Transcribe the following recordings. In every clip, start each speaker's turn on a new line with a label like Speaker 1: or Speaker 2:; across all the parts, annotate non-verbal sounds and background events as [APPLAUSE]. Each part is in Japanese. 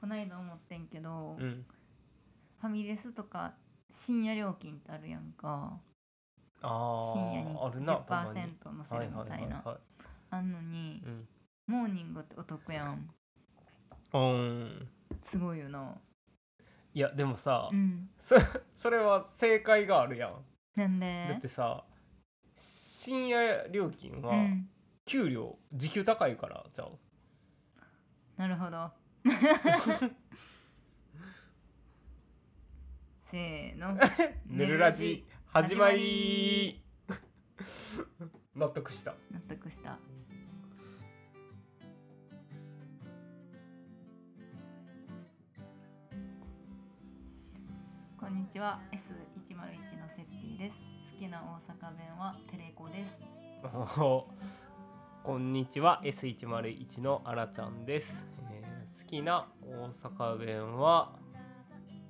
Speaker 1: こないだ思ってんけど、
Speaker 2: うん
Speaker 1: ファミレスとか深夜料金ってあるやんか
Speaker 2: あ
Speaker 1: 深夜に
Speaker 2: ああるなたまに
Speaker 1: 10%乗せるみたいな
Speaker 2: は
Speaker 1: あんのに
Speaker 2: いうん
Speaker 1: モーニングってお得やん
Speaker 2: うん
Speaker 1: すごいよない
Speaker 2: やでもさ、
Speaker 1: うん
Speaker 2: それは正解があるやん
Speaker 1: なん
Speaker 2: だっ
Speaker 1: で
Speaker 2: てさ深夜料金
Speaker 1: う
Speaker 2: は
Speaker 1: ん
Speaker 2: 給料、時給高いからじゃう
Speaker 1: なるほ
Speaker 2: [LAUGHS]
Speaker 1: どせーの
Speaker 2: ぬ
Speaker 1: ぬ
Speaker 2: る
Speaker 1: る
Speaker 2: ラ
Speaker 1: ラ
Speaker 2: ジ
Speaker 1: ジ
Speaker 2: 始まり納得した
Speaker 1: 納得したこんにちは S101 のセッティです好きな大阪弁はテレコです
Speaker 2: こんにちは S101 のあらちゃんです、えー好きな大阪弁は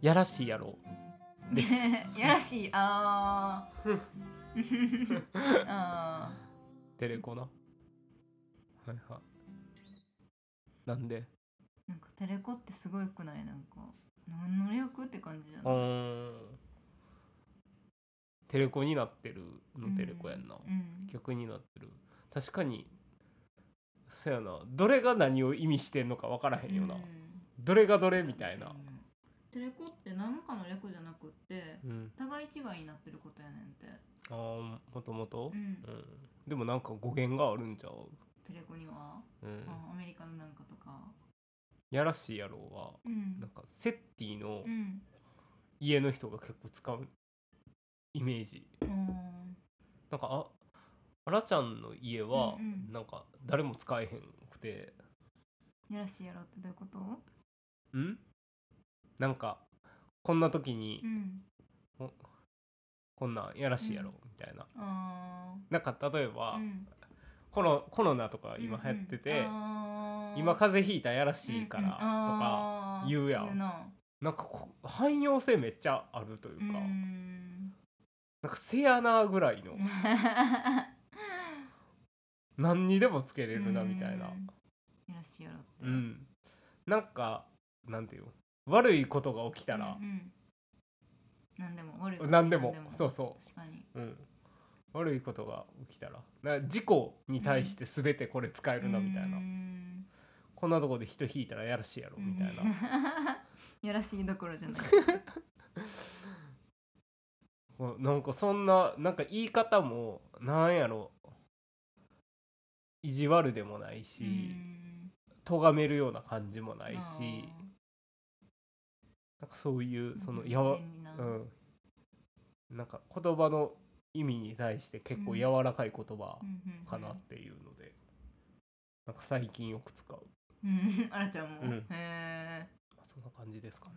Speaker 2: やらしいやろうです
Speaker 1: [LAUGHS] やらしいあー [LAUGHS] あ
Speaker 2: テレコなはいはいなんで
Speaker 1: ーなんかテレコってすごいくないなんか何の力って感じじゃ
Speaker 2: う
Speaker 1: ない
Speaker 2: ーんテレコになってるのテレコやんな、
Speaker 1: うん
Speaker 2: 逆になってる確かにそやなどれが何を意味してんのか分からへんよな、
Speaker 1: うん
Speaker 2: どれがどれみたいな
Speaker 1: うんテレコって何かの略じゃなくって
Speaker 2: うん
Speaker 1: 互い違いになってることやねんて、
Speaker 2: あーもともと
Speaker 1: うん
Speaker 2: う、んでもなんか語源があるんちゃう、
Speaker 1: テレコには、
Speaker 2: うん
Speaker 1: あ、アメリカのなんかとか
Speaker 2: やらしいやろうは
Speaker 1: うん
Speaker 2: なんかセッティの
Speaker 1: うん
Speaker 2: 家の人が結構使うイメージ
Speaker 1: うん
Speaker 2: なんかああらちゃんの家は
Speaker 1: うんうん
Speaker 2: なんか誰も使えへんくて
Speaker 1: やらしいやろってどういうこと
Speaker 2: うんなんかこんな時に
Speaker 1: うん
Speaker 2: こんなんやらしいやろみたいな
Speaker 1: あー
Speaker 2: なんか例えば
Speaker 1: うん
Speaker 2: コロコロナとか今流行ってて今風邪ひいたらやらしいからとか
Speaker 1: か
Speaker 2: 言うやん
Speaker 1: 言うな
Speaker 2: なんかこう汎用性めっちゃあるという
Speaker 1: う
Speaker 2: か [LAUGHS]
Speaker 1: ん
Speaker 2: なんかせやなぐらいの何にでもつけれるなみたいな
Speaker 1: うんやらしいやろって
Speaker 2: うんなんかなんていうの悪いことが起きたら
Speaker 1: うんうん何でも悪いこと
Speaker 2: 何でもそうそ
Speaker 1: 確かに
Speaker 2: ううん悪いことが起きたらなんか事故に対して全てこれ使えるなみたいな
Speaker 1: うん
Speaker 2: こんなとこで人引いたらやらしいやろみたい
Speaker 1: [LAUGHS]
Speaker 2: な
Speaker 1: な [LAUGHS] やらしいどころじゃない
Speaker 2: こうなんかそんななんか言い方もなんやろ意地悪でもないし、
Speaker 1: うん
Speaker 2: 咎めるような感じもないし、
Speaker 1: あー
Speaker 2: なんかそういうその
Speaker 1: うん
Speaker 2: やわ、
Speaker 1: 便利な
Speaker 2: うん、なんか言葉の意味に対して結構
Speaker 1: うん
Speaker 2: 柔らかい言葉
Speaker 1: うんうんうん
Speaker 2: かなっていうので、なんか最近よく使う
Speaker 1: うんあらちゃんも、
Speaker 2: うん
Speaker 1: へえ
Speaker 2: そんな感じですかね。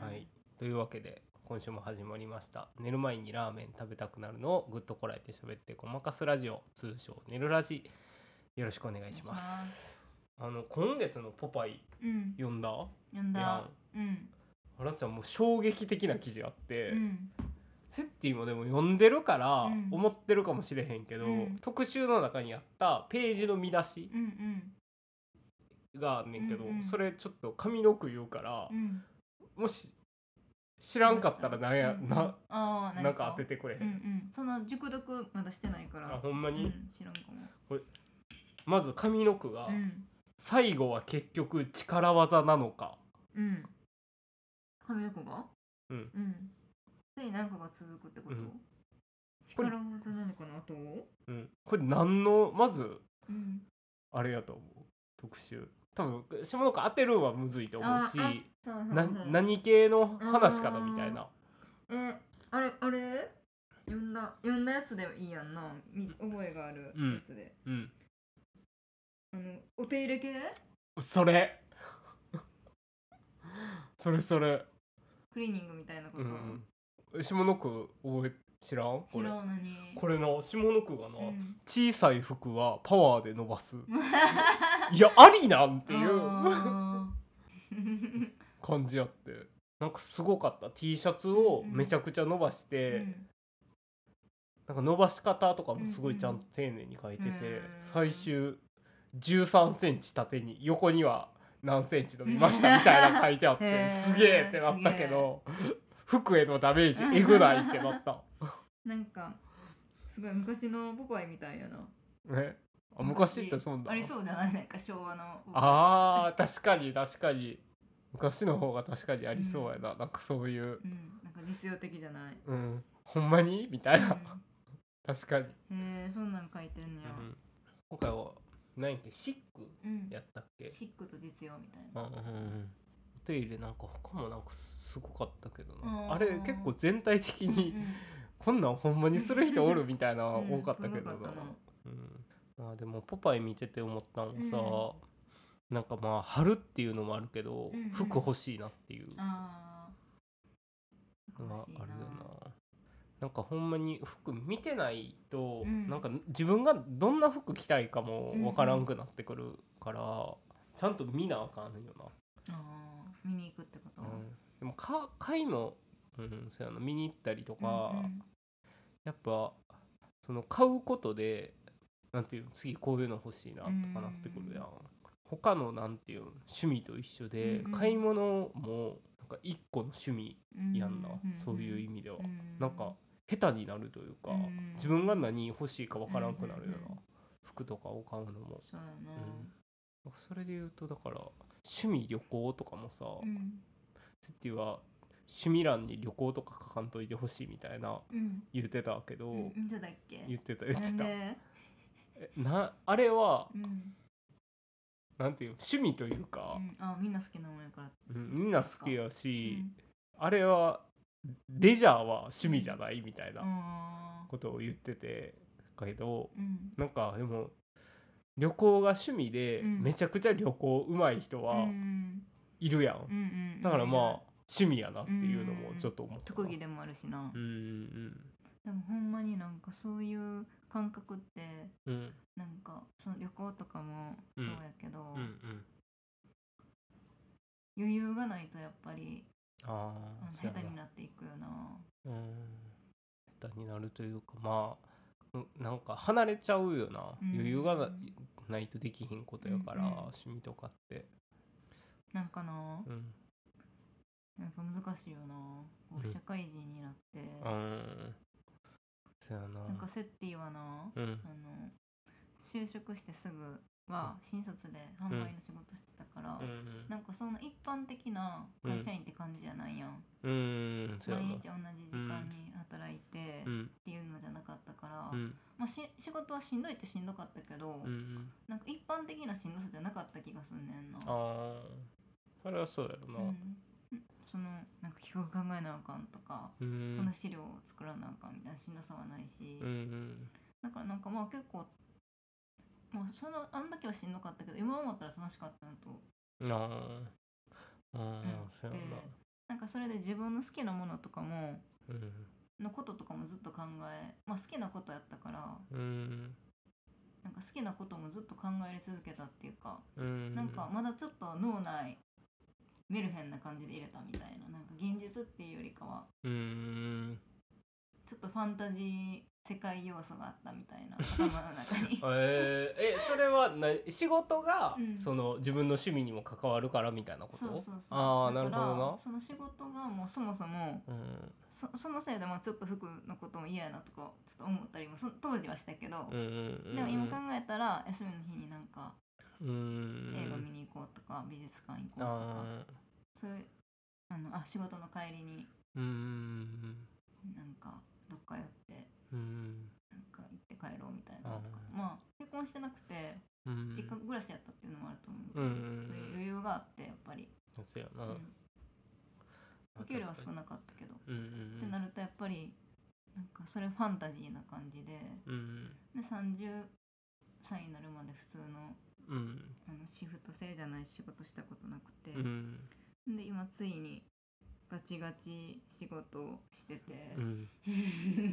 Speaker 1: は
Speaker 2: はい
Speaker 1: い、
Speaker 2: というわけで今週も始まりました「寝る前にラーメン食べたくなるのをぐっとこらえて喋ってごまかすラジオ」通称「寝るラジ」よろしくお願いします
Speaker 1: お願いしま
Speaker 2: あの今月の「ポパイ
Speaker 1: うん」
Speaker 2: 読んだ
Speaker 1: 呼ん
Speaker 2: や
Speaker 1: だ
Speaker 2: ん
Speaker 1: うん
Speaker 2: あらちゃんもう衝撃的な記事あって、
Speaker 1: うん
Speaker 2: セッティもでも読んでるから
Speaker 1: うん
Speaker 2: 思ってるかもしれへんけど、
Speaker 1: うん
Speaker 2: 特集の中にあったページの見出し
Speaker 1: うんうん
Speaker 2: があんねんけど、
Speaker 1: うんうん
Speaker 2: それちょっと紙の奥言うから
Speaker 1: う、ん
Speaker 2: もし知らんかったらなんや、
Speaker 1: うん
Speaker 2: な
Speaker 1: あー
Speaker 2: なんか当ててくれへん
Speaker 1: うんうんその熟読まだしてないから
Speaker 2: あほんまに、
Speaker 1: うん、知らんかも
Speaker 2: まず上の句が、
Speaker 1: うん
Speaker 2: 最後は結局力技なのか」
Speaker 1: うん髪の毛が
Speaker 2: うん
Speaker 1: うんで何かが続くってこと、
Speaker 2: うんこれ
Speaker 1: 力技なのかなと
Speaker 2: うん、これ何のまず
Speaker 1: うん
Speaker 2: あれやと思う特集多分下の句当てるんはむずいと思うし
Speaker 1: あはいはい
Speaker 2: な
Speaker 1: はい
Speaker 2: 何系の話かなみたいな
Speaker 1: えあれあれ読んだ読んだやつでいいやんなみ覚えがあるやつで、
Speaker 2: うん
Speaker 1: あのお手入れ系
Speaker 2: それ [LAUGHS] それそれ
Speaker 1: クリーニングみたいなこ
Speaker 2: う
Speaker 1: と、
Speaker 2: ん、うん、下の句覚え知らんこ
Speaker 1: 知
Speaker 2: れ
Speaker 1: らんのに
Speaker 2: これな下の句がな、
Speaker 1: うん
Speaker 2: 小さい服はパワーで伸ばすいやありなんっていう
Speaker 1: [LAUGHS] あ
Speaker 2: [LAUGHS]
Speaker 1: ー
Speaker 2: 感じやってなんかすごかった T シャツをめちゃくちゃ伸ばして、
Speaker 1: うん
Speaker 2: なんか伸ばし方とかもすごいちゃんと丁寧に書いてて、
Speaker 1: うんうん
Speaker 2: 最終1 3センチ縦に横には何センチ伸びましたみたいな書いてあって
Speaker 1: へー
Speaker 2: すげえってなったけど服へのダメージえぐないって
Speaker 1: [LAUGHS]
Speaker 2: なった、
Speaker 1: なんかすごい昔のポパイみたいやな
Speaker 2: ね、あ昔ってそんだ
Speaker 1: ありそうじゃないなんか昭和の
Speaker 2: あー確かに確かに昔の方が確かにありそうやな、なんかそういう、
Speaker 1: うんなんか実用的じゃない
Speaker 2: うん、ほんまにみたいな、確かに、
Speaker 1: うんへえそんなん書いてんねや
Speaker 2: 今回は何やっけシック
Speaker 1: うん
Speaker 2: やったっけ
Speaker 1: シックと実用みたい
Speaker 2: うん
Speaker 1: な
Speaker 2: うんうんお手入れなんか他もなんかすごかったけど
Speaker 1: うん
Speaker 2: なあれ結構全体的に、
Speaker 1: うんうん
Speaker 2: こんなんほんまにする人おるみたいなの
Speaker 1: うん
Speaker 2: 多かったけどな
Speaker 1: すごかったな、
Speaker 2: うんまあ、でも「ポパイ」見てて思ったのがさ、
Speaker 1: う
Speaker 2: なんかまあ春っていうのもあるけど、
Speaker 1: うんうん
Speaker 2: 服欲しいなっていう
Speaker 1: ああ
Speaker 2: のはあるよな。なんかほんまに服見てないと、
Speaker 1: うん
Speaker 2: なんか自分がどんな服着たいかもわからんくなってくるから、ちゃんと見なあかんよな。
Speaker 1: ああ見に行くってこと
Speaker 2: うんでもか買いの、うん、そうやな見に行ったりとか、やっぱその買うことでなんていうの次こういうの欲しいなとかなってくるやん、
Speaker 1: うん
Speaker 2: 他のなんていうの趣味と一緒で、
Speaker 1: うんうん
Speaker 2: 買い物もなんか一個の趣味
Speaker 1: うん
Speaker 2: やんな、
Speaker 1: う
Speaker 2: そういう意味では、
Speaker 1: うん
Speaker 2: なんか下手になるというか、
Speaker 1: うん
Speaker 2: 自分が何欲しいかわからんくなるような、
Speaker 1: うんうんうん
Speaker 2: 服とかを買うのも、
Speaker 1: そうやな
Speaker 2: うん、それで言うとだから趣味旅行とかもさ、
Speaker 1: うん
Speaker 2: テッティは趣味欄に旅行とか書かんといてほしいみたいな
Speaker 1: うん
Speaker 2: 言ってたけど、
Speaker 1: うんじゃだっけ
Speaker 2: 言ってた言って
Speaker 1: なん
Speaker 2: た
Speaker 1: で
Speaker 2: えなあれは
Speaker 1: うん
Speaker 2: なんていうの趣味というか
Speaker 1: う、んあみんな好きなもんやから
Speaker 2: うんみんな好きやし、
Speaker 1: うん
Speaker 2: あれはレジャーは趣味じゃないみたいな
Speaker 1: あ
Speaker 2: ことを言っててけど
Speaker 1: ーうん
Speaker 2: なんかでも旅行が趣味で
Speaker 1: うん
Speaker 2: めちゃくちゃ旅行うまい人
Speaker 1: う
Speaker 2: は
Speaker 1: ん
Speaker 2: いるやん、
Speaker 1: うんうん
Speaker 2: だからまあ
Speaker 1: あ
Speaker 2: 趣味やなっていうのもちょっと思ったな
Speaker 1: 特技でもあるしな
Speaker 2: うんうん
Speaker 1: でもほんまになんかそういう感覚って
Speaker 2: うんうん
Speaker 1: なんかその旅行とかもそうやけど
Speaker 2: うんうん
Speaker 1: 余裕がないとやっぱり
Speaker 2: あ
Speaker 1: あの
Speaker 2: ーそうや
Speaker 1: 下手になっていくよな
Speaker 2: うん下手になるというかまあうんなんか離れちゃうよな、
Speaker 1: うん
Speaker 2: 余裕がなないとできひんことやから、
Speaker 1: うんうん
Speaker 2: 趣味とかって、
Speaker 1: なんかな
Speaker 2: うん
Speaker 1: やっぱ難しいよなこう
Speaker 2: うん
Speaker 1: 社会人になって
Speaker 2: うんそやな
Speaker 1: なんかセッティはな
Speaker 2: うん
Speaker 1: あの就職してすぐは新卒で販売の仕事してたから
Speaker 2: うん
Speaker 1: なんかその一般的な会社員って感じじゃないやん
Speaker 2: うんうんそや
Speaker 1: 毎
Speaker 2: な
Speaker 1: 日同じ時間に働いて
Speaker 2: う
Speaker 1: っ
Speaker 2: ん
Speaker 1: ていうのじゃなかったから
Speaker 2: うん
Speaker 1: まあし仕事はしんどいってしんどかったけど
Speaker 2: うん
Speaker 1: なんか一般的なしんどさじゃなかった気がすんねんな
Speaker 2: ああそれはそうやろ
Speaker 1: う
Speaker 2: な、
Speaker 1: んそのなんか企画考えなあかんとか
Speaker 2: うん、
Speaker 1: この資料を作らなあかんみたいなしんどさはないし、
Speaker 2: うんうん
Speaker 1: だからなんかまあ結構まあそのあんだけはしんどかったけど今思ったら楽しかったなと
Speaker 2: あああ
Speaker 1: 思
Speaker 2: あ
Speaker 1: って
Speaker 2: そやな
Speaker 1: なんかそれで自分の好きなものとかも
Speaker 2: うん
Speaker 1: のこととかもずっと考え、まあ、好きなことやったから
Speaker 2: うん
Speaker 1: なんか好きなこともずっと考え続けたっていうか、
Speaker 2: うん
Speaker 1: なんかまだちょっと脳内メルヘンな感じで入れたみたいななんか現実っていうよりかは
Speaker 2: うん
Speaker 1: ちょっとファンタジー世界要素があったみたいな頭の中
Speaker 2: [LAUGHS]
Speaker 1: に。
Speaker 2: えーえそれはな仕事が、
Speaker 1: うん
Speaker 2: その自分の趣味にも関わるからみたいなこと
Speaker 1: そうそうそう
Speaker 2: ああな
Speaker 1: だ
Speaker 2: る
Speaker 1: か
Speaker 2: ほ
Speaker 1: ら
Speaker 2: どな
Speaker 1: その仕事がもうそもそも
Speaker 2: うん
Speaker 1: そそのせいでまあちょっと服のことも嫌やなとかちょっと思ったりもそ当時はしたけど、
Speaker 2: うんうんうん
Speaker 1: でも今考えたら休みの日になんか
Speaker 2: うん
Speaker 1: 映画見に行こうとか美術館行こうとか
Speaker 2: あー
Speaker 1: そういうあのあ仕事の帰りに
Speaker 2: うん
Speaker 1: なんかどっか寄って
Speaker 2: うん
Speaker 1: なんか行って帰ろうみたいな
Speaker 2: あー
Speaker 1: とかまあ結婚してなくて
Speaker 2: うん
Speaker 1: 実家暮らしやったっていうのもあると思うけ
Speaker 2: う
Speaker 1: ど、
Speaker 2: んう
Speaker 1: そういうん余裕があってやっぱり、
Speaker 2: うんそうやな、
Speaker 1: う
Speaker 2: うんん
Speaker 1: お給料は少なかったけど、
Speaker 2: うん
Speaker 1: ってなるとやっぱりなんかそれファンタジーな感じで
Speaker 2: うんう
Speaker 1: で
Speaker 2: ん
Speaker 1: 30歳になるまで普通の
Speaker 2: うん
Speaker 1: あのシフト制じゃない仕事したことなくて、
Speaker 2: うん
Speaker 1: で今ついにガチガチ仕事をしてて、
Speaker 2: うん
Speaker 1: [LAUGHS]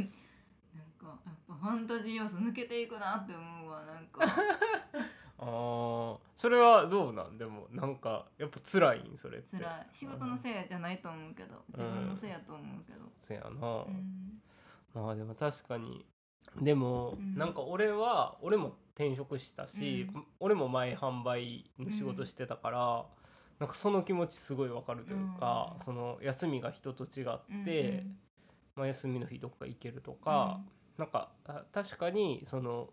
Speaker 1: なんかやっぱファンタジー要素抜けていくなって思うわなん
Speaker 2: [LAUGHS]
Speaker 1: か
Speaker 2: あーそれはどうなんでもなんかやっぱ辛いんそれって
Speaker 1: 辛い仕事のせいじゃないと思うけど自分のせいやと思うけど、
Speaker 2: せやな、
Speaker 1: うん
Speaker 2: まあでも確かにでも、
Speaker 1: うん
Speaker 2: なんか俺は俺も転職したし、
Speaker 1: う
Speaker 2: 俺も前販売の仕事してたから、なんかその気持ちすごいわかるというか、
Speaker 1: うん
Speaker 2: その休みが人と違
Speaker 1: うん
Speaker 2: って、まあ、休みの日どっか行けるとか、なんかあ確かにその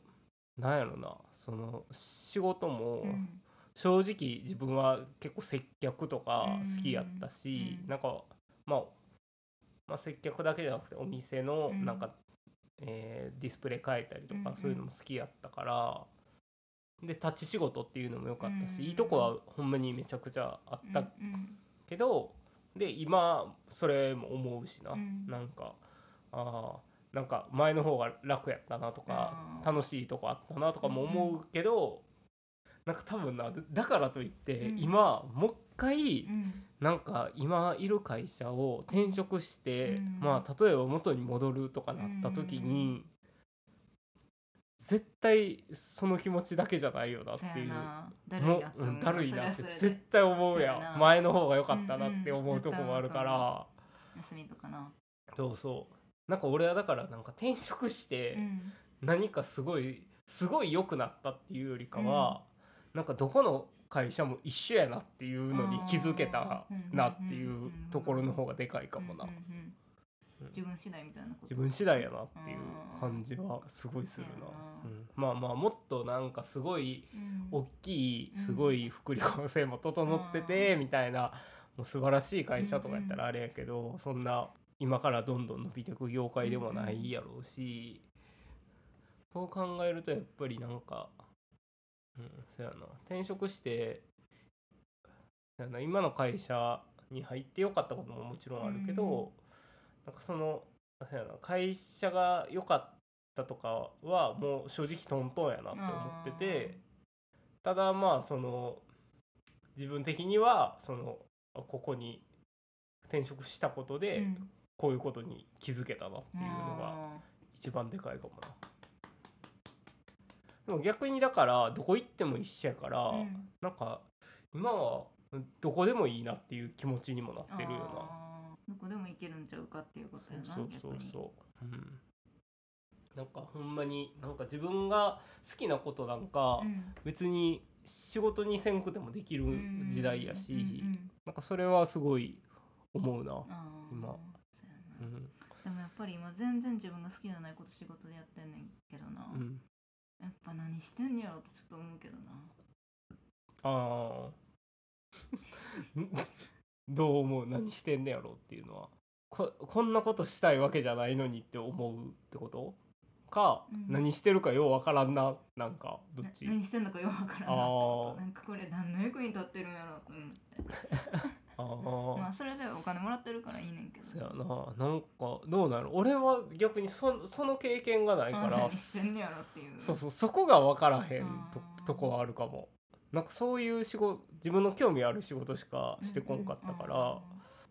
Speaker 2: なんやろなその仕事も
Speaker 1: うん
Speaker 2: 正直自分は結構接客とか好きやったし、
Speaker 1: うん
Speaker 2: なんか、まあ、まあ接客だけじゃなくてお店の
Speaker 1: うん
Speaker 2: なんか、えーディスプレイ変えたりと
Speaker 1: うんう
Speaker 2: か
Speaker 1: ん
Speaker 2: そういうのも好きやったから、で立ち仕事っていうのも良かったし、
Speaker 1: うん
Speaker 2: いいとこはほんまにめちゃくちゃあっ
Speaker 1: うん
Speaker 2: たけど、で今それも思うしな、
Speaker 1: うん
Speaker 2: なんかあーなんか前の方が楽やったなとか
Speaker 1: あー
Speaker 2: 楽しいとこあったなとかも思うけど、なんか多分なだだからといって、
Speaker 1: うん
Speaker 2: 今もう一回、
Speaker 1: うん
Speaker 2: なんか今いる会社を転職して、
Speaker 1: うん
Speaker 2: まあ例えば元に戻るとかなった時に、絶対その気持ちだけじゃないよなって
Speaker 1: そう
Speaker 2: い
Speaker 1: や
Speaker 2: う。
Speaker 1: なだるい
Speaker 2: も
Speaker 1: なって
Speaker 2: う
Speaker 1: 思うそれ
Speaker 2: んだるいなって
Speaker 1: はそれ
Speaker 2: 絶
Speaker 1: で
Speaker 2: 対思うや
Speaker 1: そうやなん
Speaker 2: 前の方が良かったなって思
Speaker 1: うんう
Speaker 2: うんとこもあるから
Speaker 1: 休みとかな、
Speaker 2: そうそうなんか俺はだからなんか転職し
Speaker 1: う
Speaker 2: て
Speaker 1: ん
Speaker 2: 何かすごいすごい良くなったっていうよりかはなんかどこの会社も一緒やなっていうのに気づけたなっていうところの方がでかいかもな
Speaker 1: うんうんうん
Speaker 2: うん
Speaker 1: 自分次第みたいなこと
Speaker 2: 自分次第やなっていう感じはすごいするな
Speaker 1: う
Speaker 2: うんんまあまあもっとなんかすごい
Speaker 1: うん
Speaker 2: 大きい
Speaker 1: うん
Speaker 2: すごい福利厚生も整っててみたいなもう素晴らしい会社とかやったらあれやけどそんな今からどんどん伸びていく業界でもないやろうしそう考えるとやっぱりなんかうんそうやな転職してそうやな今の会社に入ってよかったことももちろんあるけどなんかそのそうやな会社が良かったとかはもう正直トントンやなって思ってて。ただまあその自分的にはそのあここに転職したこと
Speaker 1: あ
Speaker 2: で
Speaker 1: ー
Speaker 2: こういうことに気づけたなっていうのが
Speaker 1: うん
Speaker 2: 一番でかいかもな。でも逆にだからどこ行っても一緒やから、
Speaker 1: うん
Speaker 2: なんか今はどこでもいいなっていう気持ちにもなってるような。
Speaker 1: あーどこでも行けるんちゃうかっていうことやな
Speaker 2: そうそう
Speaker 1: 逆に
Speaker 2: そう、うん、なんかほんまになんか自分が好きなことなんか
Speaker 1: うん
Speaker 2: 別に仕事にせんくてもできる
Speaker 1: うん
Speaker 2: 時代やし、
Speaker 1: うんうん
Speaker 2: なんかそれはすごい思うな、
Speaker 1: あー
Speaker 2: 今
Speaker 1: そうや
Speaker 2: う
Speaker 1: なんでもやっぱり今全然自分が好きじゃないこと仕事でやってんねんけどな、
Speaker 2: うん、
Speaker 1: やっぱ何してんねやろってちょっと思うけどな
Speaker 2: ああ [LAUGHS] どう思う何してんねやろっていうのはここんなことしたいわけじゃないのにって思うってことか、
Speaker 1: うん
Speaker 2: 何してるかようわからんななんかどっち
Speaker 1: な何してんのかよくわからんなって
Speaker 2: あ
Speaker 1: こ
Speaker 2: ー
Speaker 1: となんかこれ何の役に立ってるんやろうん
Speaker 2: ああ、
Speaker 1: まあそれでお金もらってるからいいねんけど
Speaker 2: そやななんかどうなの俺は逆にそその経験がないか
Speaker 1: あ
Speaker 2: ら
Speaker 1: 何してんねやろっていう
Speaker 2: そうそうそこが分からへんと
Speaker 1: あー
Speaker 2: とこはあるかもなんかそういう仕事自分の興味ある仕事しかしてこんかったから、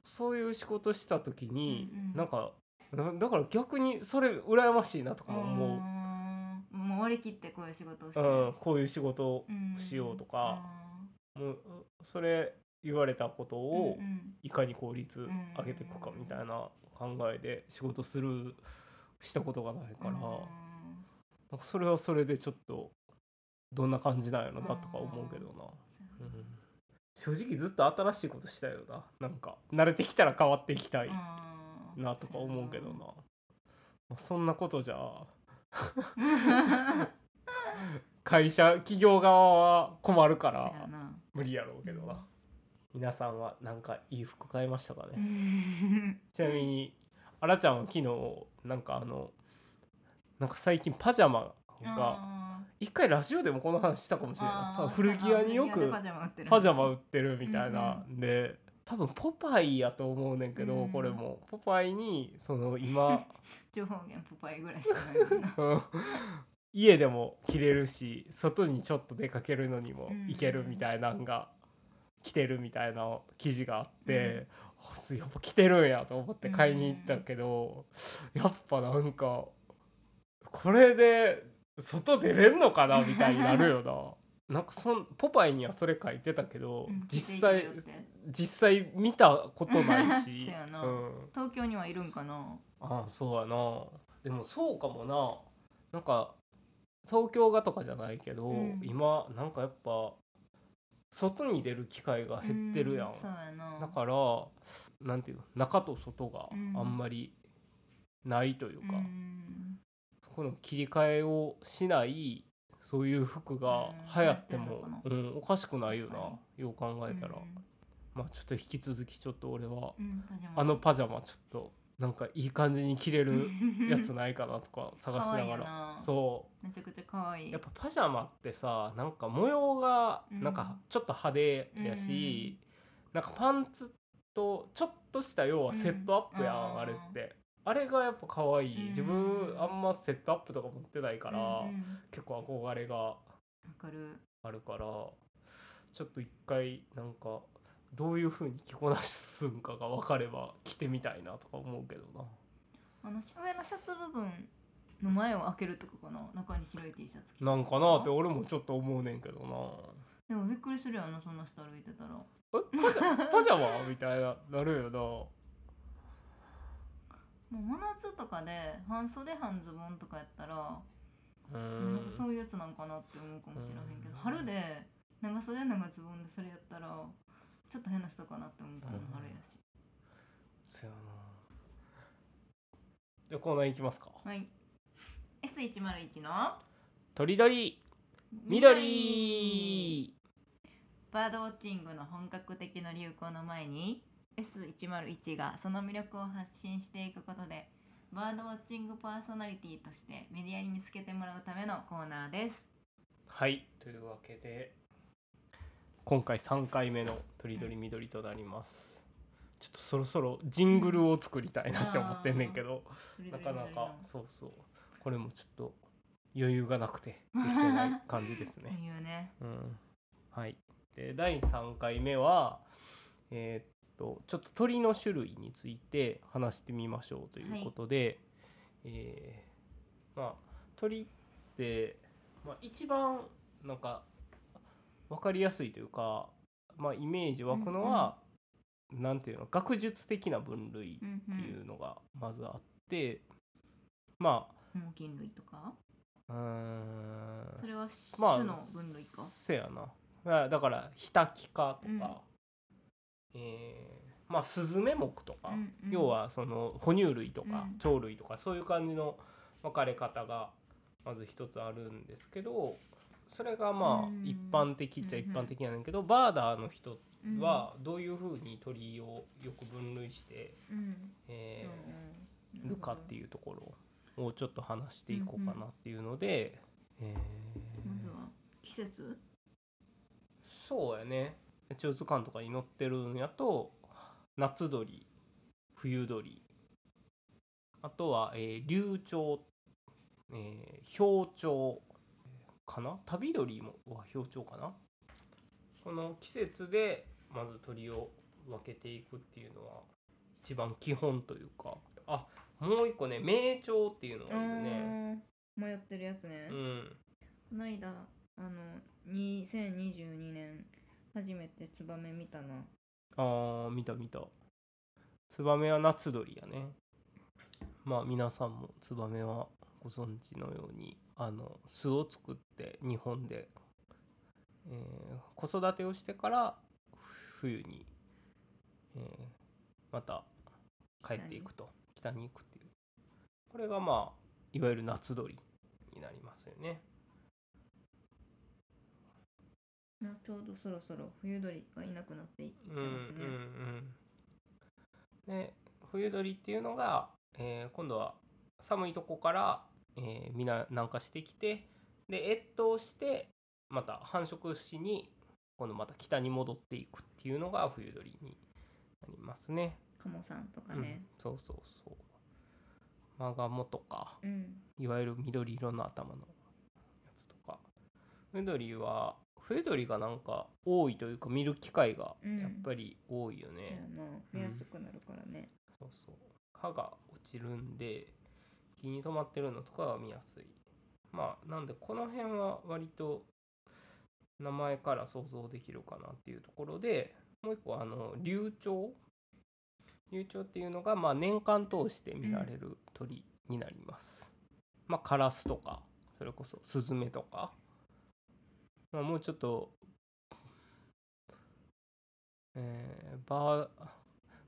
Speaker 2: そういう仕事した時に、
Speaker 1: うんうん
Speaker 2: なんかなだから逆にそれ羨ましいなとかも思う、
Speaker 1: もうもう割り切ってこういう仕事をして、
Speaker 2: うんこういう仕事を、
Speaker 1: うん
Speaker 2: しようとかもうそれ言われたこと
Speaker 1: あー
Speaker 2: を、
Speaker 1: うんうん
Speaker 2: いかに効率上げていくかみたいな考えで仕事するしたことがないから、
Speaker 1: うん
Speaker 2: なんかそれはそれでちょっとどんな感じなんやろなとか思うけどな、
Speaker 1: そうや
Speaker 2: うん、正直ずっと新しいことしたいよななんか慣れてきたら変わっていきたい
Speaker 1: あー
Speaker 2: なとか思うけどな、まあ、そんなことじゃ [LAUGHS] 会社企業側は困るか
Speaker 1: そう
Speaker 2: ら
Speaker 1: やな
Speaker 2: 無理やろうけどな皆さんはなんかいい服買いましたかね、
Speaker 1: うん
Speaker 2: ちなみにあらちゃんは昨日なんかあのなんか最近パジャマが
Speaker 1: あ
Speaker 2: 一回ラジオでもこの話したかもし
Speaker 1: ー
Speaker 2: れない多
Speaker 1: あー
Speaker 2: 分古着屋によ
Speaker 1: 古
Speaker 2: く
Speaker 1: 着屋でパジャマ売ってるんですよ
Speaker 2: パジャマ売ってるみたいなんで多分ポパイやと思うねんけ
Speaker 1: う
Speaker 2: ど
Speaker 1: ん
Speaker 2: これもポパイにその今 [LAUGHS]
Speaker 1: 情報源ポパイぐらいしかないもんな
Speaker 2: うん家でも着れるし外にちょっと出かけるのにも
Speaker 1: うん
Speaker 2: 行けるみたいなんが着てるみたいな記事があって、あすやっぱ着てるんやと思って買いに行ったけど、やっぱなんかこれで外出れんのかなみたいになるよな。なんかそんポパイには [LAUGHS] それ書いてたけど、
Speaker 1: うん
Speaker 2: 実
Speaker 1: 着
Speaker 2: 際
Speaker 1: ていけるよって
Speaker 2: 実際見たことないし
Speaker 1: そ
Speaker 2: [LAUGHS]
Speaker 1: やな
Speaker 2: うん、
Speaker 1: 東京にはいるんかな
Speaker 2: ああそうやなでもそうかもななんか東京がとかじゃないけど、
Speaker 1: うん
Speaker 2: 今なんかやっぱ外に出る機会が減ってるやん、
Speaker 1: うそうやな
Speaker 2: だからなんていうの中と外があんまりないというか、
Speaker 1: うん
Speaker 2: そこの切り替えをしないそういう服が流行っても、
Speaker 1: う
Speaker 2: うんおかしくないよ
Speaker 1: 確か
Speaker 2: なよう考えたら、まあちょっと引き続きちょっと俺は
Speaker 1: うんうんパジャマ
Speaker 2: あのパジャマちょっとなんかいい感じに着れるやつないかなとか探し
Speaker 1: 可愛
Speaker 2: ない
Speaker 1: よ
Speaker 2: がら
Speaker 1: な
Speaker 2: そ
Speaker 1: めちゃくちゃ可愛
Speaker 2: う
Speaker 1: い
Speaker 2: やっぱパジャマってさなんか模様が
Speaker 1: うん
Speaker 2: なんかちょっと派手やし、なんかパンツとちょっとした要はセットアップや
Speaker 1: う
Speaker 2: ん、
Speaker 1: ん
Speaker 2: あれってあれがやっぱ可愛い、
Speaker 1: うん
Speaker 2: 自分あんまセットアップとか持ってないから、
Speaker 1: うんうんわ
Speaker 2: 結構憧れが
Speaker 1: かる
Speaker 2: あるからちょっと一回なんかどういう風に着こなすんかが分かれば着てみたいなとか思うけどな
Speaker 1: あの上のシャツ部分の前を開けるとこかな中に白い T シャツ着て
Speaker 2: なんかなって俺もちょっと思うねんけど
Speaker 1: でもびっくりするよなそんな人歩いてたら
Speaker 2: なえパジャパジャマみたいななるよ
Speaker 1: もう真夏とかで半袖半ズボンとかやったら、
Speaker 2: なう
Speaker 1: なんか
Speaker 2: ん
Speaker 1: そういうやつなんかなって思うかもしれへんけど、
Speaker 2: うん
Speaker 1: 春で長袖長ズボンでそれやったらちょっと変な人かなって思うかも、
Speaker 2: うん
Speaker 1: 春やし
Speaker 2: そやなじゃあコーナーいきますか
Speaker 1: はい S101 の
Speaker 2: とりどり緑
Speaker 1: バードウォッチングの本格的な流行の前に S101 がその魅力を発信していくことでバードウォッチングパーソナリティとしてメディアに見つけてもらうためのコーナーです。。
Speaker 2: はいというわけで今回3回目の「とりどりみどり」となります、ちょっとそろそろジングルを作りたいなって思ってんねんけどなかなかそうそうこれもちょっと余裕がなくてできてない感じですね
Speaker 1: 言うね。
Speaker 2: うん、はいで第3回目はえーっとちょっと鳥の種類について話してみましょうということで、えーまあ、鳥って、まあ、一番なんか分かりやすいというか、まあ、イメージ湧くのは、なんていうの学術的な分類っ
Speaker 1: うんう
Speaker 2: てい
Speaker 1: ん。
Speaker 2: うのがまずあって、まあ
Speaker 1: 猛禽類とか。
Speaker 2: うーん
Speaker 1: それは種の分類か
Speaker 2: せやなあだからヒタキ科と
Speaker 1: うん
Speaker 2: か、えーまあスズメ目とか、
Speaker 1: うんうん
Speaker 2: 要はその哺乳類とか
Speaker 1: うん
Speaker 2: 鳥類とかそういう感じの分かれ方がまず一つあるんですけどそれがまあ
Speaker 1: うん
Speaker 2: 一般的っちゃ
Speaker 1: うん
Speaker 2: 一
Speaker 1: うん
Speaker 2: 般的やねんけど、バーダーの人はどういうふうに鳥をよく分類して、
Speaker 1: うん。うん。
Speaker 2: えー
Speaker 1: うんうん
Speaker 2: るかっていうところをちょっと話していこうかなっていうので、えー
Speaker 1: まずは季節。
Speaker 2: そうやね中図鑑とかに載ってるんやと夏鳥冬鳥あとは、えー、流鳥、えー、氷鳥かな旅鳥もは氷鳥かなこの季節でまず鳥を分けていくっていうのは一番基本というかあもう一個ね名鳥っていうのがいるね
Speaker 1: あー。迷ってるやつね。
Speaker 2: うん
Speaker 1: この間あの2022年初めてツバメ見たな
Speaker 2: あー見た見たツバメは夏鳥やねまあ皆さんもツバメはご存知のようにあの巣を作って日本で、えー子育てをしてから冬に、えーまた帰っていくと北に行くっていうこれがまあいわゆる夏鳥になりますよね
Speaker 1: なちょうどそろそろ冬鳥がいなくなっていって
Speaker 2: う
Speaker 1: ま
Speaker 2: んうん
Speaker 1: すね
Speaker 2: うん、で冬鳥っていうのが、えー今度は寒いとこから、えーみんな南下してきてで越冬してまた繁殖しに今度また北に戻っていくっていうのが冬鳥になりますね。
Speaker 1: カモさんとか
Speaker 2: うん
Speaker 1: ね
Speaker 2: そうそうそう。マガモとか
Speaker 1: うん、
Speaker 2: いわゆる緑色の頭のやつとか冬鳥は冬鳥がなんか多いというか見る機会が
Speaker 1: うん
Speaker 2: やっぱり多いよ
Speaker 1: そうや
Speaker 2: ね、
Speaker 1: な見やすくなるからね、
Speaker 2: そうそう歯が落ちるんで気に留まってるのとかが見やすいまあなんでこの辺は割と名前から想像できるかなっていうところでもう一個あの流鳥流鳥っていうのがまあ年間通して見られる鳥になります、まあカラスとかそれこそスズメとか、まあ、もうちょっとえーバー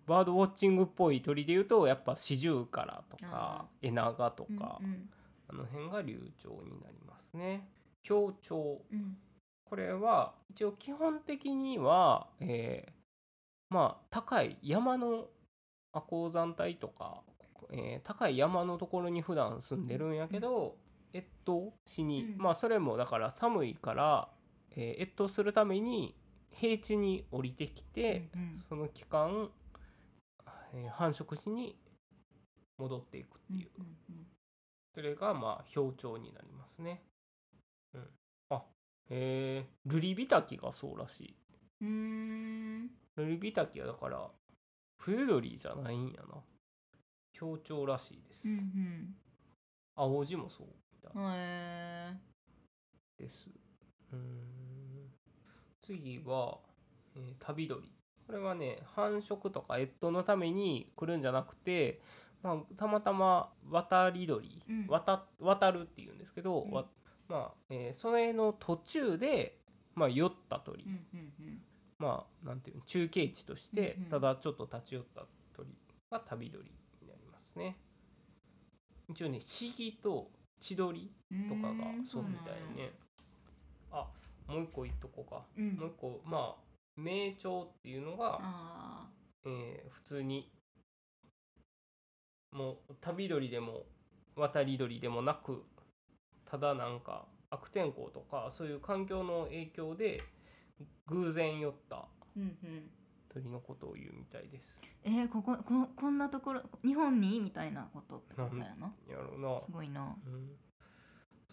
Speaker 2: バードウォッチングっぽい鳥でいうとやっぱシジュウカラとかエナガとか、
Speaker 1: うん
Speaker 2: あの辺が流暢になりますね。強調
Speaker 1: うんうん
Speaker 2: これは一応基本的には、えーまあ高い山の亜高山帯とか、えー高い山のところに普段住んでるんやけど、越冬しに、
Speaker 1: うん
Speaker 2: まあそれもだから寒いから、えー越冬するために平地に降りてきて、
Speaker 1: うんうん
Speaker 2: その期間、えー繁殖しに戻っていくっていう
Speaker 1: うんうん
Speaker 2: それがまあ表徴になりますね。うん、あへえルリビタキがそうらしい。
Speaker 1: うーん
Speaker 2: ルリビタキはだから冬鳥じゃないんやな。表徴らしいです。
Speaker 1: うん
Speaker 2: 青字もそうみた
Speaker 1: う
Speaker 2: い
Speaker 1: んへ
Speaker 2: です。うーん次は、えー旅鳥。これはね繁殖とか越冬のために来るんじゃなくて、まあ、たまたま渡り鳥、
Speaker 1: うん
Speaker 2: 渡渡るっていうんですけど、
Speaker 1: うん
Speaker 2: わまあえーそれの途中で、まあ、寄った鳥、
Speaker 1: ーうんうんうん
Speaker 2: まあなんていうの中継地として、
Speaker 1: うんうん
Speaker 2: ただちょっと立ち寄った鳥が旅鳥になりますね。一応ねシギと千鳥
Speaker 1: うーん
Speaker 2: とかがそうみ
Speaker 1: なん
Speaker 2: た
Speaker 1: や
Speaker 2: いね。あもう一個言っとこうか。
Speaker 1: うん
Speaker 2: もう一個まあ名鳥っていうのが、
Speaker 1: あ
Speaker 2: えー普通にもう旅鳥でも渡り鳥でもなくただなんか悪天候とかそういう環境の影響で偶然寄った
Speaker 1: ーうんうん
Speaker 2: 鳥のことを言うみたいです。
Speaker 1: えー、ここここんなところ日本にみたいなことってことやな
Speaker 2: やろうな
Speaker 1: す。ごいな
Speaker 2: うん、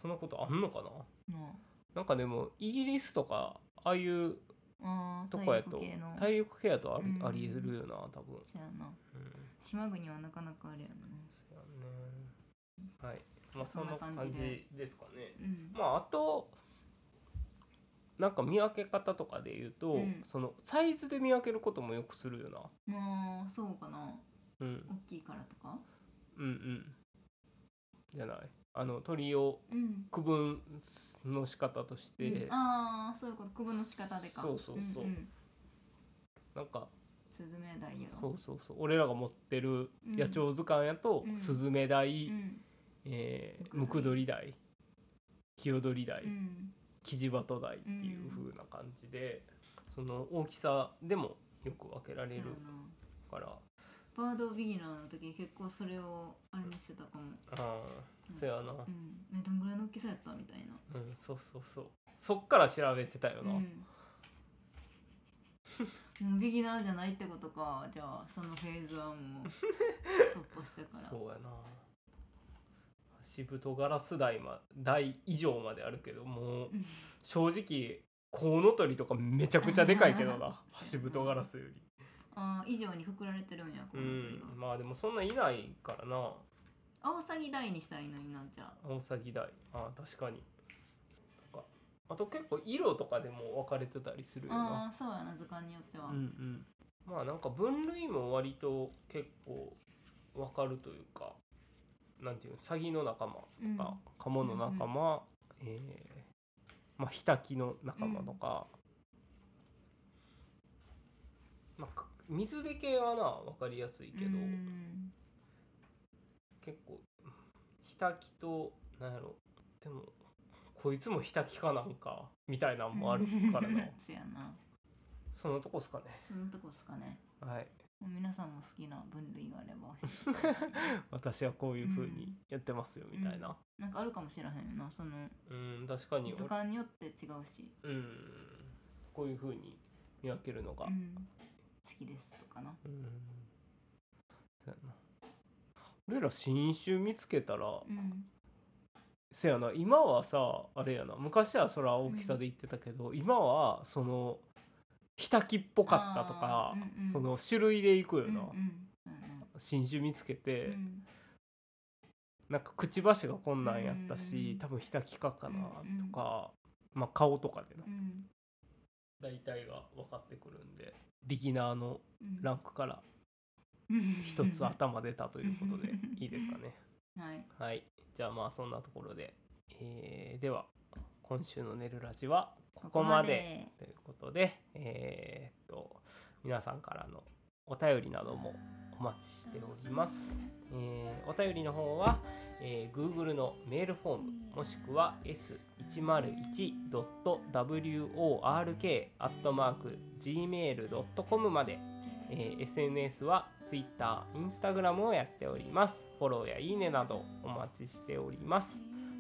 Speaker 2: そんなことあんのかな
Speaker 1: な
Speaker 2: なんかでもイギリスとかああいう
Speaker 1: ああー
Speaker 2: とこやと
Speaker 1: 大陸系の
Speaker 2: 体力系やとあり,、
Speaker 1: うん
Speaker 2: ありえるよな多分、
Speaker 1: そうやな
Speaker 2: うん、
Speaker 1: 島国はなかなかあれやな
Speaker 2: そうやねはいまあそ
Speaker 1: そ
Speaker 2: ん
Speaker 1: ん
Speaker 2: な
Speaker 1: な
Speaker 2: 感
Speaker 1: 感じ
Speaker 2: じ
Speaker 1: で
Speaker 2: ですかね
Speaker 1: うん
Speaker 2: まああとなんか見分け方とかで言うと、
Speaker 1: うん
Speaker 2: そのサイズで見分けることもよくするよな、
Speaker 1: まあそうかな
Speaker 2: うん、
Speaker 1: 大きいからとか
Speaker 2: うんうんじゃないあの鳥を
Speaker 1: うん
Speaker 2: 区分の仕方として、
Speaker 1: うんああそういうこと区分の仕方でか
Speaker 2: そうそうそうん
Speaker 1: ん
Speaker 2: なんか
Speaker 1: スズメダイやろ
Speaker 2: そうそうそう俺らが持ってる
Speaker 1: うん
Speaker 2: 野鳥図鑑やと、
Speaker 1: うん
Speaker 2: スズメダイ、
Speaker 1: うん
Speaker 2: えーム
Speaker 1: ム
Speaker 2: ク
Speaker 1: ク
Speaker 2: ド
Speaker 1: ド
Speaker 2: リダイキヨドリダイ、
Speaker 1: うん
Speaker 2: キジバトダイっていう風な感じで、その大きさでもよく分けら
Speaker 1: そう
Speaker 2: れ
Speaker 1: や
Speaker 2: る
Speaker 1: な
Speaker 2: から
Speaker 1: バードビギナーの時結構それをあれにしてたかも
Speaker 2: あ
Speaker 1: う
Speaker 2: ー
Speaker 1: ん
Speaker 2: そやな、
Speaker 1: うんえどんぐらいの大きさやったみたいな
Speaker 2: うん、そうそうそうそっから調べてたよな、
Speaker 1: うん、もうビギナーじゃないってことかじゃあそのフェーズ
Speaker 2: [LAUGHS]
Speaker 1: はもう突破したから
Speaker 2: そうやなしぶとガラス台,、ま、台以上まであるけどもう
Speaker 1: うん
Speaker 2: 正直コウノトリとかめちゃくちゃでかいけ
Speaker 1: [LAUGHS]
Speaker 2: どなハシブトガラスより
Speaker 1: あー以上に膨られてるんやこ
Speaker 2: う
Speaker 1: の鳥
Speaker 2: ん
Speaker 1: は、
Speaker 2: まあでもそんないないからな
Speaker 1: アオサギ台にしたらいいのになんちゃ
Speaker 2: アオサギダイあー確かにとかあと結構色とかでも分かれてたりするよな
Speaker 1: ああーそうやな図鑑によっては、
Speaker 2: うんうんまあなんか分類も割と結構分かるというかなんていうのサギの仲間
Speaker 1: うん
Speaker 2: とか、カモの仲間、えーまあヒタキの仲間とか、まあか水辺系はな分かりやすいけど、
Speaker 1: うん
Speaker 2: 結構ひたきとなんやろでもこいつもひたきかなんかみたいなんもあるからな
Speaker 1: [LAUGHS] そうやな
Speaker 2: [LAUGHS] そのとこっすかね
Speaker 1: そのとこですかね
Speaker 2: はい
Speaker 1: もう皆さんも好きな分類があれ
Speaker 2: [LAUGHS]
Speaker 1: ば教えて
Speaker 2: 私はこういう風にやってますよみたいな
Speaker 1: なんかあるかもしれへんよなその
Speaker 2: うん確かに
Speaker 1: 図鑑によって違うし、
Speaker 2: うんこういう風に見分けるのが
Speaker 1: うん、好きですとかな
Speaker 2: うんそうやな俺ら新種見つけたら
Speaker 1: うん
Speaker 2: せやな今はさあれやな昔はそら大きさで言ってたけど、今はそのひたきっぽかったとか
Speaker 1: あ、ーうんうん
Speaker 2: その種類でいくよ
Speaker 1: うん
Speaker 2: な、
Speaker 1: うんそうやな
Speaker 2: 新種見つけて、
Speaker 1: うん
Speaker 2: なんかくちばしがこんなんやったし、
Speaker 1: うんうん
Speaker 2: 多分ひたきかかな
Speaker 1: うんうん
Speaker 2: とか、まあ顔とかでな
Speaker 1: うん
Speaker 2: 大体が分かってくるんでビギナーの
Speaker 1: うん
Speaker 2: ランクから
Speaker 1: うん
Speaker 2: 一つ頭出たということで
Speaker 1: うん
Speaker 2: いいですかね。
Speaker 1: [LAUGHS] はい
Speaker 2: はいじゃあまあそんなところで、えーでは今週の「ねるラジ」はここまで。ということで、えーっと皆さんからのお便りなどもお待ちしております。えーお便りの方は、えー Google のメールフォームもしくは s101.work.gmail.com まで、えー SNS は Twitter、Instagram をやっております。フォローやいいねなどお待ちしております。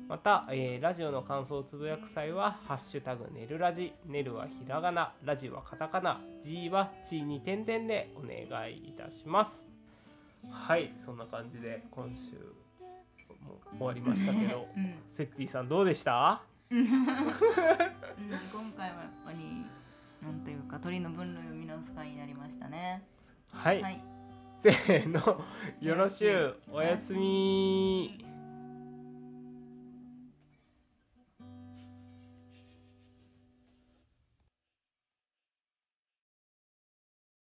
Speaker 2: また、えーラジオの感想をつぶやく際は「ハッシュタグねるラジ」「ねるはひらがな」「ラジはカタカナ」「G はチに点々」でお願いいたしますはいそんな感じで今週もう終わりましたけ [LAUGHS] ど
Speaker 1: うん
Speaker 2: セッティさんどうでした
Speaker 1: うん、うん今回はやっぱりなんというか鳥の分類を見直す会になりましたね。
Speaker 2: はい、
Speaker 1: はい、
Speaker 2: せーのよろしゅうおやすみ